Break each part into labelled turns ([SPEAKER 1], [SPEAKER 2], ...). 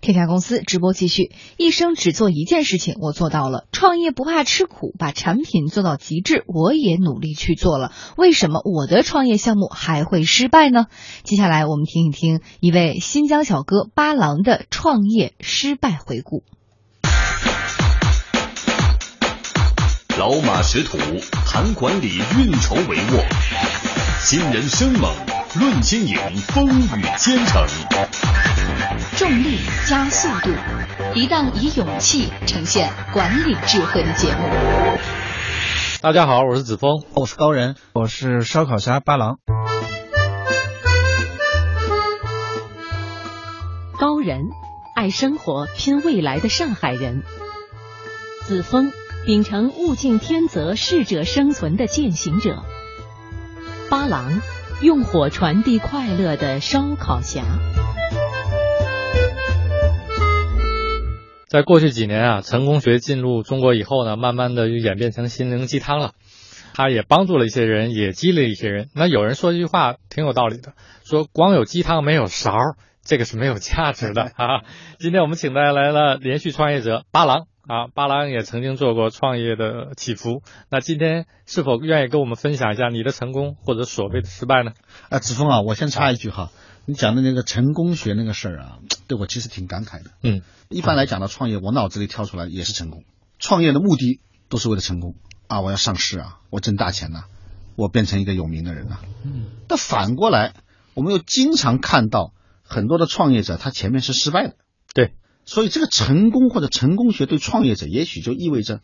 [SPEAKER 1] 天下公司直播继续，一生只做一件事情，我做到了。创业不怕吃苦，把产品做到极致，我也努力去做了。为什么我的创业项目还会失败呢？接下来我们听一听一位新疆小哥巴郎的创业失败回顾。
[SPEAKER 2] 老马识途，谈管理，运筹帷幄；新人生猛，论经营，风雨兼程。
[SPEAKER 3] 重力加速度，一档以勇气呈现管理智慧的节目。
[SPEAKER 4] 大家好，我是子峰。
[SPEAKER 5] 哦我是高人，我是烧烤侠巴郎。
[SPEAKER 6] 高人，爱生活、拼未来的上海人；子峰，秉承物竞天择、适者生存的践行者；巴郎，用火传递快乐的烧烤侠。
[SPEAKER 4] 在过去几年啊，成功学进入中国以后呢，慢慢的就演变成心灵鸡汤了。它也帮助了一些人，也激励了一些人。那有人说一句话挺有道理的，说光有鸡汤没有勺儿，这个是没有价值 的啊。今天我们请带来了连续创业者巴郎啊，巴郎也曾经做过创业的起伏。那今天是否愿意跟我们分享一下你的成功或者所谓的失败呢？
[SPEAKER 5] 啊，子峰啊，我先插一句哈，你讲的那个成功学那个事儿啊，对我其实挺感慨的。
[SPEAKER 4] 嗯，
[SPEAKER 5] 一般来讲呢，创业我脑子里跳出来也是成功，创业的目的都是为了成功啊，我要上市啊，我挣大钱呐、我变成一个有名的人呐、嗯，但反过来，我们又经常看到很多的创业者他前面是失败的，
[SPEAKER 4] 对，
[SPEAKER 5] 所以这个成功或者成功学对创业者也许就意味着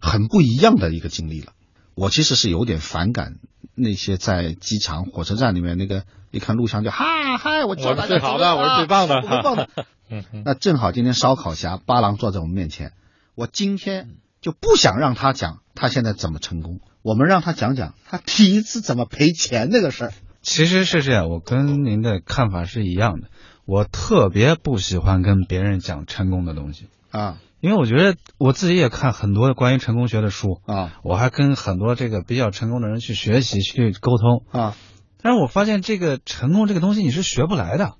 [SPEAKER 5] 很不一样的一个经历了。我其实是有点反感那些在机场、火车站里面那个一看录像就哈嗨，我教
[SPEAKER 4] 我
[SPEAKER 5] 大家
[SPEAKER 4] 是最好
[SPEAKER 5] 怎么做
[SPEAKER 4] 的，我是
[SPEAKER 5] 啊
[SPEAKER 4] 最棒的，
[SPEAKER 5] 我最棒的。
[SPEAKER 4] 嗯嗯，
[SPEAKER 5] 那正好今天烧烤侠巴郎坐在我们面前，我今天就不想让他讲他现在怎么成功，我们让他讲讲他第一次怎么赔钱那个事儿。
[SPEAKER 7] 其实是这样，我跟您的看法是一样的。我特别不喜欢跟别人讲成功的东西，
[SPEAKER 5] 啊
[SPEAKER 7] 因为我觉得我自己也看很多关于成功学的书，
[SPEAKER 5] 啊
[SPEAKER 7] 我还跟很多这个比较成功的人去学习、去沟通。
[SPEAKER 5] 啊
[SPEAKER 7] 但是我发现这个成功这个东西你是学不来的，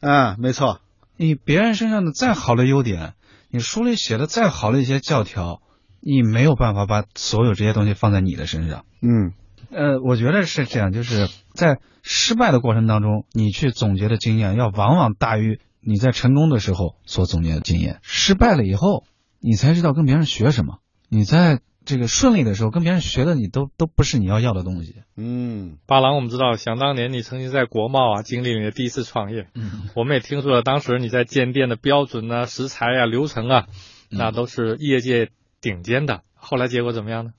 [SPEAKER 5] 啊，没错，
[SPEAKER 7] 你别人身上的再好的优点，你书里写的再好的一些教条，你没有办法把所有这些东西放在你的身上。
[SPEAKER 5] 嗯
[SPEAKER 7] 呃，我觉得是这样，就是在失败的过程当中，你去总结的经验要往往大于你在成功的时候所总结的经验。失败了以后，你才知道跟别人学什么。你在这个顺利的时候，跟别人学的你都都不是你要要的东西。
[SPEAKER 5] 嗯
[SPEAKER 4] 巴郎，我们知道，想当年你曾经在国贸啊经历了你的第一次创业，
[SPEAKER 7] 嗯，
[SPEAKER 4] 我们也听说了当时你在建店的标准啊、食材啊、流程啊，
[SPEAKER 7] 嗯
[SPEAKER 4] 那都是业界顶尖的。后来结果怎么样呢？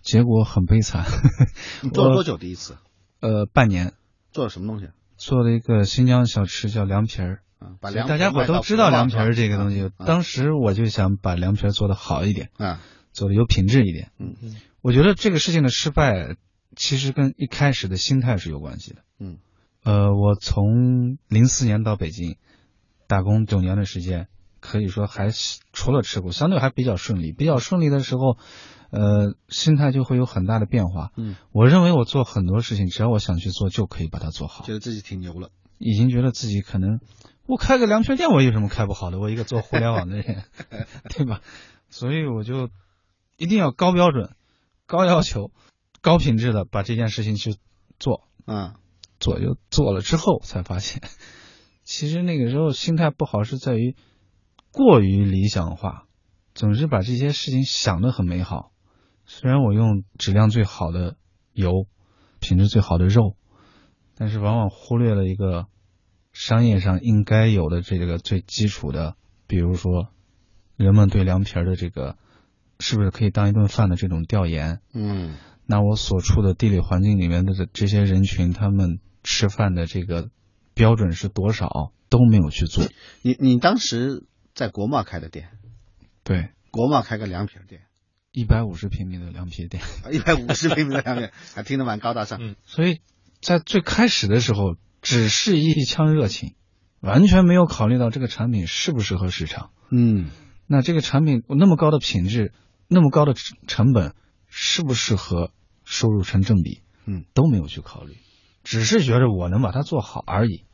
[SPEAKER 7] 结果很悲惨。
[SPEAKER 5] 你做了多久第一次？
[SPEAKER 7] 呃，半年
[SPEAKER 5] 做了什么东西？
[SPEAKER 7] 做了一个新疆小吃叫凉皮儿，
[SPEAKER 5] 啊，把
[SPEAKER 7] 所以
[SPEAKER 5] 凉
[SPEAKER 7] 大家伙都知道凉皮儿这个东西。
[SPEAKER 5] 当
[SPEAKER 7] 当时我就想把凉皮儿做得好一点。
[SPEAKER 5] 啊
[SPEAKER 7] 做的有品质一点。
[SPEAKER 5] 嗯
[SPEAKER 4] 嗯，
[SPEAKER 7] 我觉得这个事情的失败，其实跟一开始的心态是有关系的。
[SPEAKER 5] 嗯，
[SPEAKER 7] 呃，我从零四年到北京打工九年的时间，可以说还是除了吃苦，相对还比较顺利。比较顺利的时候，呃，心态就会有很大的变化。
[SPEAKER 5] 嗯，
[SPEAKER 7] 我认为我做很多事情，只要我想去做，就可以把它做好
[SPEAKER 5] 觉。得自己挺牛了，
[SPEAKER 7] 已经觉得自己可能，我开个凉皮儿店，我有什么开不好的？我一个做互联网的人， 对吧？所以我就一定要高标准、高要求、高品质的把这件事情去做，
[SPEAKER 5] 啊
[SPEAKER 7] 做就做了之后才发现，其实那个时候心态不好是在于过于理想化，总是把这些事情想得很美好。虽然我用质量最好的油、品质最好的肉，但是往往忽略了一个商业上应该有的这个最基础的，比如说人们对凉皮儿的这个是不是可以当一顿饭的这种调研，
[SPEAKER 5] 嗯
[SPEAKER 7] 那我所处的地理环境里面的这些人群，他们吃饭的这个标准是多少都没有去做。
[SPEAKER 5] 你你当时在国贸开的店，
[SPEAKER 7] 对，
[SPEAKER 5] 国贸开个凉皮儿店，
[SPEAKER 7] 一百五十平米的凉皮店，
[SPEAKER 5] 一百五十平米的凉皮儿，还听着蛮高大上。
[SPEAKER 7] 所以在最开始的时候，只是一腔热情，完全没有考虑到这个产品适不适合市场。
[SPEAKER 5] 嗯
[SPEAKER 7] 那这个产品那么高的品质，那么高的成本，适不适合收入成正比？
[SPEAKER 5] 嗯，
[SPEAKER 7] 都没有去考虑，只是觉得我能把它做好而已。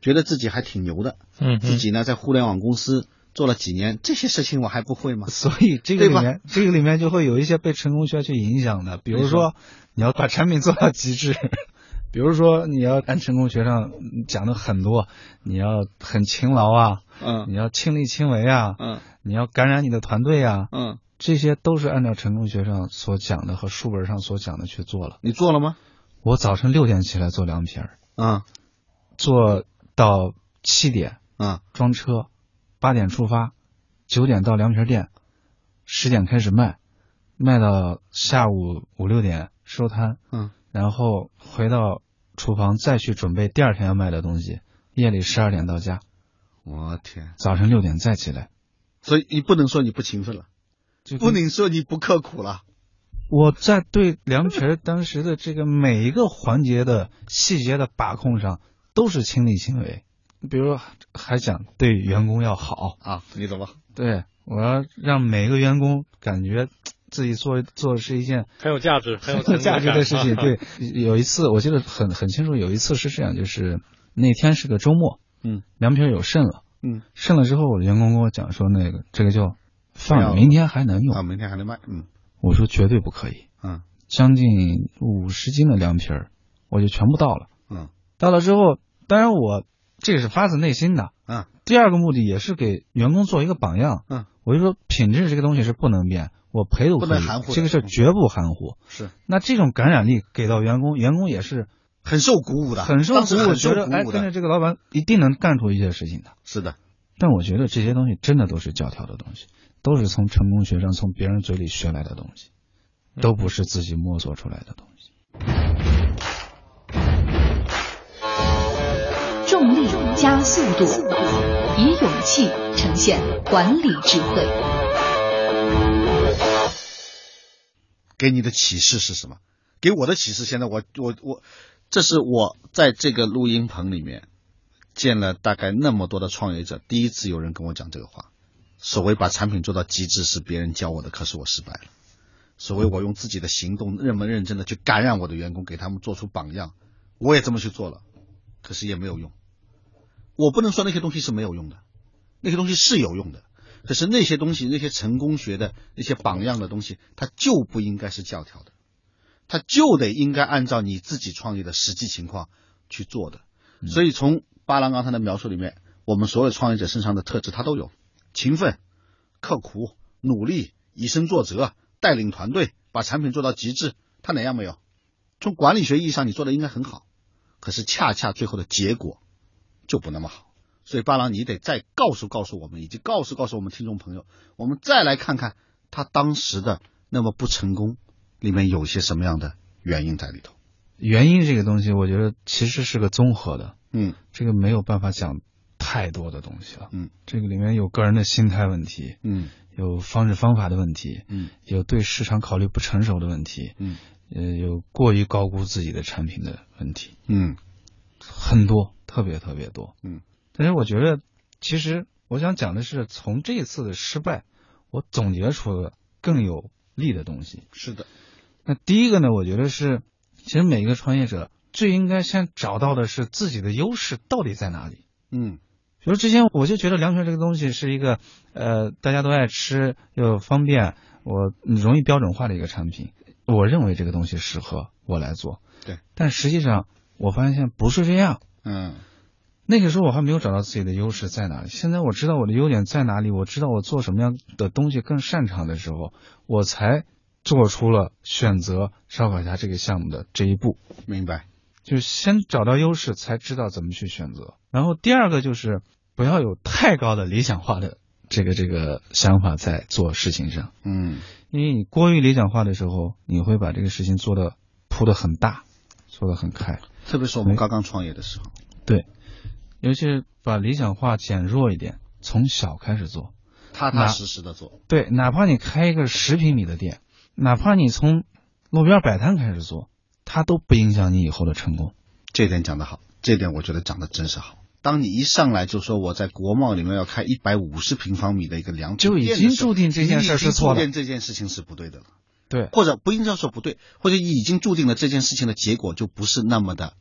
[SPEAKER 5] 觉得自己还挺牛的，
[SPEAKER 4] 嗯
[SPEAKER 5] 自己呢在互联网公司做了几年，这些事情我还不 会吗？
[SPEAKER 7] 所以这个里
[SPEAKER 5] 对
[SPEAKER 7] 面，这个里面就会有一些被成功学去影响的，比如说你要把产品做到极致， 比如说你要按成功学上讲的很多，你要很勤劳啊，
[SPEAKER 5] 嗯
[SPEAKER 7] 你要亲力亲为啊，
[SPEAKER 5] 嗯
[SPEAKER 7] 你要感染你的团队啊，
[SPEAKER 5] 嗯，
[SPEAKER 7] 这些都是按照成功学上所讲的和书本上所讲的去做了。
[SPEAKER 5] 你做了吗？
[SPEAKER 7] 我早晨六点起来做凉皮儿，
[SPEAKER 5] 啊
[SPEAKER 7] 做到七点
[SPEAKER 5] 啊
[SPEAKER 7] 装车，八点出发，九点到凉皮儿店，十点开始卖，卖到下午五六点收摊，
[SPEAKER 5] 嗯
[SPEAKER 7] 然后回到厨房再去准备第二天要卖的东西。夜里十二点到家，
[SPEAKER 5] 我天！
[SPEAKER 7] 早晨六点再起来。
[SPEAKER 5] 所以你不能说你不勤奋了，
[SPEAKER 7] 就
[SPEAKER 5] 不能说你不刻苦了。
[SPEAKER 7] 我在对凉皮儿当时的这个每一个环节的细节的把控上都是亲力亲为，比如说还讲对员工要好，
[SPEAKER 5] 啊，你懂吧？
[SPEAKER 7] 对我要让每个员工感觉自己做做的是一件
[SPEAKER 4] 很有价值，很有
[SPEAKER 7] 有 价值的事
[SPEAKER 4] 成就
[SPEAKER 7] 情。
[SPEAKER 4] 感，
[SPEAKER 7] 对，有一次我记得很很清楚，有一次是这样，就是那天是个周末，
[SPEAKER 5] 嗯，
[SPEAKER 7] 凉皮儿有剩了，
[SPEAKER 5] 嗯，
[SPEAKER 7] 剩了之后，我的员工跟我讲说，那个这个就放
[SPEAKER 5] 不要了
[SPEAKER 7] 着，明天还能用
[SPEAKER 5] 啊，。明天还能卖，嗯
[SPEAKER 7] 我说绝对不可以，
[SPEAKER 5] 嗯
[SPEAKER 7] 将近五十斤的凉皮儿，我就全部倒了。
[SPEAKER 5] 嗯
[SPEAKER 7] 到了之后，当然我这个是发自内心的。
[SPEAKER 5] 嗯，
[SPEAKER 7] 第二个目的也是给员工做一个榜样。
[SPEAKER 5] 嗯，
[SPEAKER 7] 我就说品质这个东西是不能变，我赔都
[SPEAKER 5] 不
[SPEAKER 7] 可以
[SPEAKER 5] 能含糊的嗯
[SPEAKER 7] 这个事儿绝不含糊。
[SPEAKER 5] 是
[SPEAKER 7] 那这种感染力给到员工，员工也是
[SPEAKER 5] 很受鼓舞的，
[SPEAKER 7] 很受
[SPEAKER 5] 啊当
[SPEAKER 7] 鼓
[SPEAKER 5] 时
[SPEAKER 7] 舞，
[SPEAKER 5] 很受
[SPEAKER 7] 觉得哎，
[SPEAKER 5] 鼓舞
[SPEAKER 7] 跟着
[SPEAKER 5] 的，
[SPEAKER 7] 这个老板一定能干出一些事情的。
[SPEAKER 5] 是的，
[SPEAKER 7] 但我觉得这些东西真的都是教条的东西，都是从成功学上从别人嘴里学来的东西，
[SPEAKER 5] 嗯
[SPEAKER 7] 都不是自己摸索出来的东西。
[SPEAKER 3] 重力加速度，以勇气呈现管理智慧。
[SPEAKER 5] 给你的启示是什么？给我的启示，现在我我我，这是我在这个录音棚里面见了大概那么多的创业者，第一次有人跟我讲这个话。所谓把产品做到极致是别人教我的，可是我失败了。所谓我用自己的行动认不认真的去感染我的员工，给他们做出榜样，我也这么去做了，可是也没有用。我不能说那些东西是没有用的，那些东西是有用的，可是那些东西，那些成功学的那些榜样的东西，它就不应该是教条的，它就得应该按照你自己创业的实际情况去做的。所以从巴郎刚才的描述里面，我们所有创业者身上的特质它都有：勤奋、刻苦、努力、以身作则、带领团队，把产品做到极致，它哪样没有？从管理学意义上，你做的应该很好，可是恰恰最后的结果就不那么好。所以巴郎，你得再告诉告诉我们，以及告诉告诉我们听众朋友，我们再来看看他当时的那么不成功，里面有些什么样的原因在里头。
[SPEAKER 7] 原因这个东西，我觉得其实是个综合的，
[SPEAKER 5] 嗯
[SPEAKER 7] 这个没有办法讲太多的东西了。
[SPEAKER 5] 嗯，
[SPEAKER 7] 这个里面有个人的心态问题，
[SPEAKER 5] 嗯
[SPEAKER 7] 有方式方法的问题，
[SPEAKER 5] 嗯
[SPEAKER 7] 有对市场考虑不成熟的问题，
[SPEAKER 5] 嗯
[SPEAKER 7] 呃，有过于高估自己的产品的问题，
[SPEAKER 5] 嗯
[SPEAKER 7] 很多，特别特别多。
[SPEAKER 5] 嗯，
[SPEAKER 7] 但是我觉得，其实我想讲的是，从这次的失败，我总结出了更有利的东西。
[SPEAKER 5] 是的，
[SPEAKER 7] 那第一个呢，我觉得是，其实每一个创业者最应该先找到的是自己的优势到底在哪里。
[SPEAKER 5] 嗯
[SPEAKER 7] 比如之前我就觉得凉皮儿这个东西是一个，呃，大家都爱吃又方便，我容易标准化的一个产品。我认为这个东西适合我来做。
[SPEAKER 5] 对。
[SPEAKER 7] 但实际上，我发现不是这样。
[SPEAKER 5] 嗯
[SPEAKER 7] 那个时候我还没有找到自己的优势在哪里。现在我知道我的优点在哪里，我知道我做什么样的东西更擅长的时候，我才做出了选择烧烤侠这个项目的这一步。
[SPEAKER 5] 明白。嗯
[SPEAKER 7] 就是先找到优势，才知道怎么去选择。然后第二个就是不要有太高的理想化的这个这个想法在做事情上，
[SPEAKER 5] 嗯
[SPEAKER 7] 因为你过于理想化的时候，你会把这个事情做的铺的很大，做的很开。
[SPEAKER 5] 特别是我们刚刚创业的时候，
[SPEAKER 7] 对，尤其是把理想化减弱一点，从小开始做。
[SPEAKER 5] 踏踏实实的做。
[SPEAKER 7] 对，哪怕你开一个十平米的店，哪怕你从路边摆摊开始做，它都不影响你以后的成功。
[SPEAKER 5] 这点讲得好，这点我觉得讲得真是好。当你一上来就说我在国贸里面要开一百五十平方米的一个凉皮
[SPEAKER 7] 就已
[SPEAKER 5] 店的
[SPEAKER 7] 经
[SPEAKER 5] 时候
[SPEAKER 7] 注定这件事儿是错的
[SPEAKER 5] 你已经注定这件事情是不对的了。
[SPEAKER 7] 对，
[SPEAKER 5] 或者不应该说不对，或者已经注定了这件事情的结果就不是那么的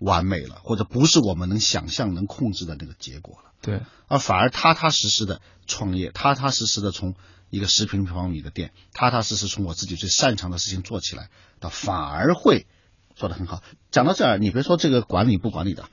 [SPEAKER 5] 完美了，或者不是我们能想象、能控制的那个结果了，
[SPEAKER 7] 对，
[SPEAKER 5] 而反而踏踏实实的创业，踏踏实实的从一个十平方米的店，踏踏实实从我自己最擅长的事情做起来，那反而会做得很好。讲到这儿，你别说这个管理不管理的，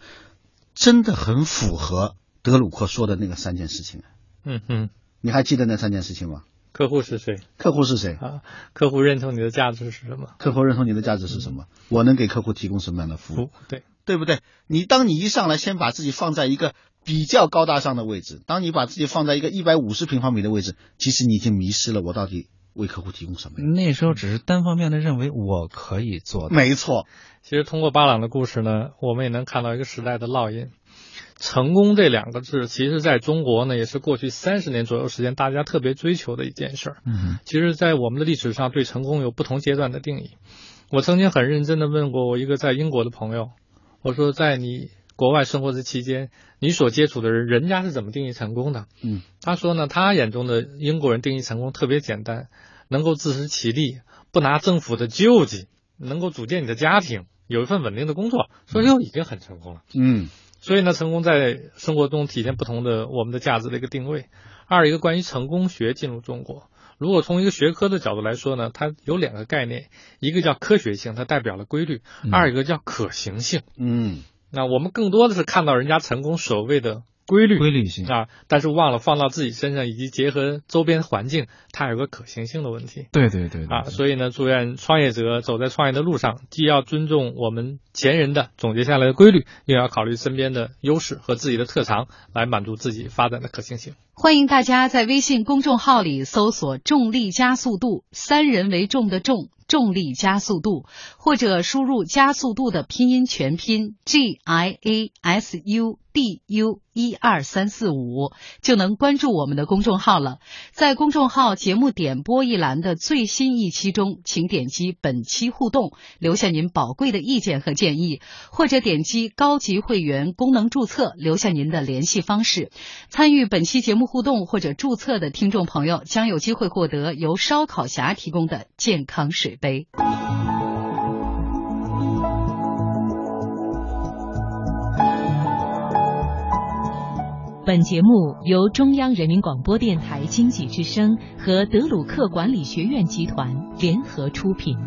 [SPEAKER 5] 真的很符合德鲁克说的那个三件事情。 啊
[SPEAKER 4] 嗯哼，
[SPEAKER 5] 你还记得那三件事情吗？
[SPEAKER 4] 客户是谁
[SPEAKER 5] 客户是谁？
[SPEAKER 4] 啊？客户认同你的价值是什么？
[SPEAKER 5] 客户认同你的价值是什么？我能给客户提供什么样的服务？
[SPEAKER 4] 不对，
[SPEAKER 5] 对不对？你当你一上来先把自己放在一个比较高大上的位置，当你把自己放在一个一百五十平方米的位置，其实你已经迷失了我到底为客户提供什么呀。
[SPEAKER 7] 那时候只是单方面的认为我可以做到，
[SPEAKER 5] 没错，
[SPEAKER 4] 其实通过巴朗的故事呢，我们也能看到一个时代的烙印。成功这两个字，其实在中国呢，也是过去三十年左右时间大家特别追求的一件事儿。
[SPEAKER 7] 嗯，
[SPEAKER 4] 其实，在我们的历史上，对成功有不同阶段的定义。我曾经很认真的问过我一个在英国的朋友，我说，在你国外生活的期间，你所接触的人，人家是怎么定义成功的？
[SPEAKER 5] 嗯，
[SPEAKER 4] 他说呢，他眼中的英国人定义成功特别简单，能够自食其力，不拿政府的救济，能够组建你的家庭，有一份稳定的工作，说就已经很成功了。
[SPEAKER 5] 嗯，
[SPEAKER 4] 所以呢，成功在生活中体现不同的我们的价值的一个定位。二一个关于成功学进入中国，如果从一个学科的角度来说呢，它有两个概念，一个叫科学性，它代表了规律；二一个叫可行性。
[SPEAKER 5] 嗯，
[SPEAKER 4] 那我们更多的是看到人家成功所谓的规律，
[SPEAKER 7] 规律性，
[SPEAKER 4] 啊，但是忘了放到自己身上，以及结合周边环境，它有个可行性的问题。
[SPEAKER 7] 对对对对
[SPEAKER 4] 啊，
[SPEAKER 7] 对
[SPEAKER 4] 所以呢，祝愿创业者走在创业的路上，既要尊重我们前人的总结下来的规律，又要考虑身边的优势和自己的特长，来满足自己发展的可行性。
[SPEAKER 3] 欢迎大家在微信公众号里搜索“重力加速度”，三人为重的重，重力加速度，或者输入“加速度”的拼音全拼 G I A S U D U 一二三四五，就能关注我们的公众号了。在公众号节目点播一栏的最新一期中，请点击本期互动，留下您宝贵的意见和建议，或者点击高级会员功能注册，留下您的联系方式。参与本期节目互动或者注册的听众朋友，将有机会获得由烧烤侠提供的健康水杯。
[SPEAKER 6] 本节目由中央人民广播电台经济之声和德鲁克管理学院集团联合出品。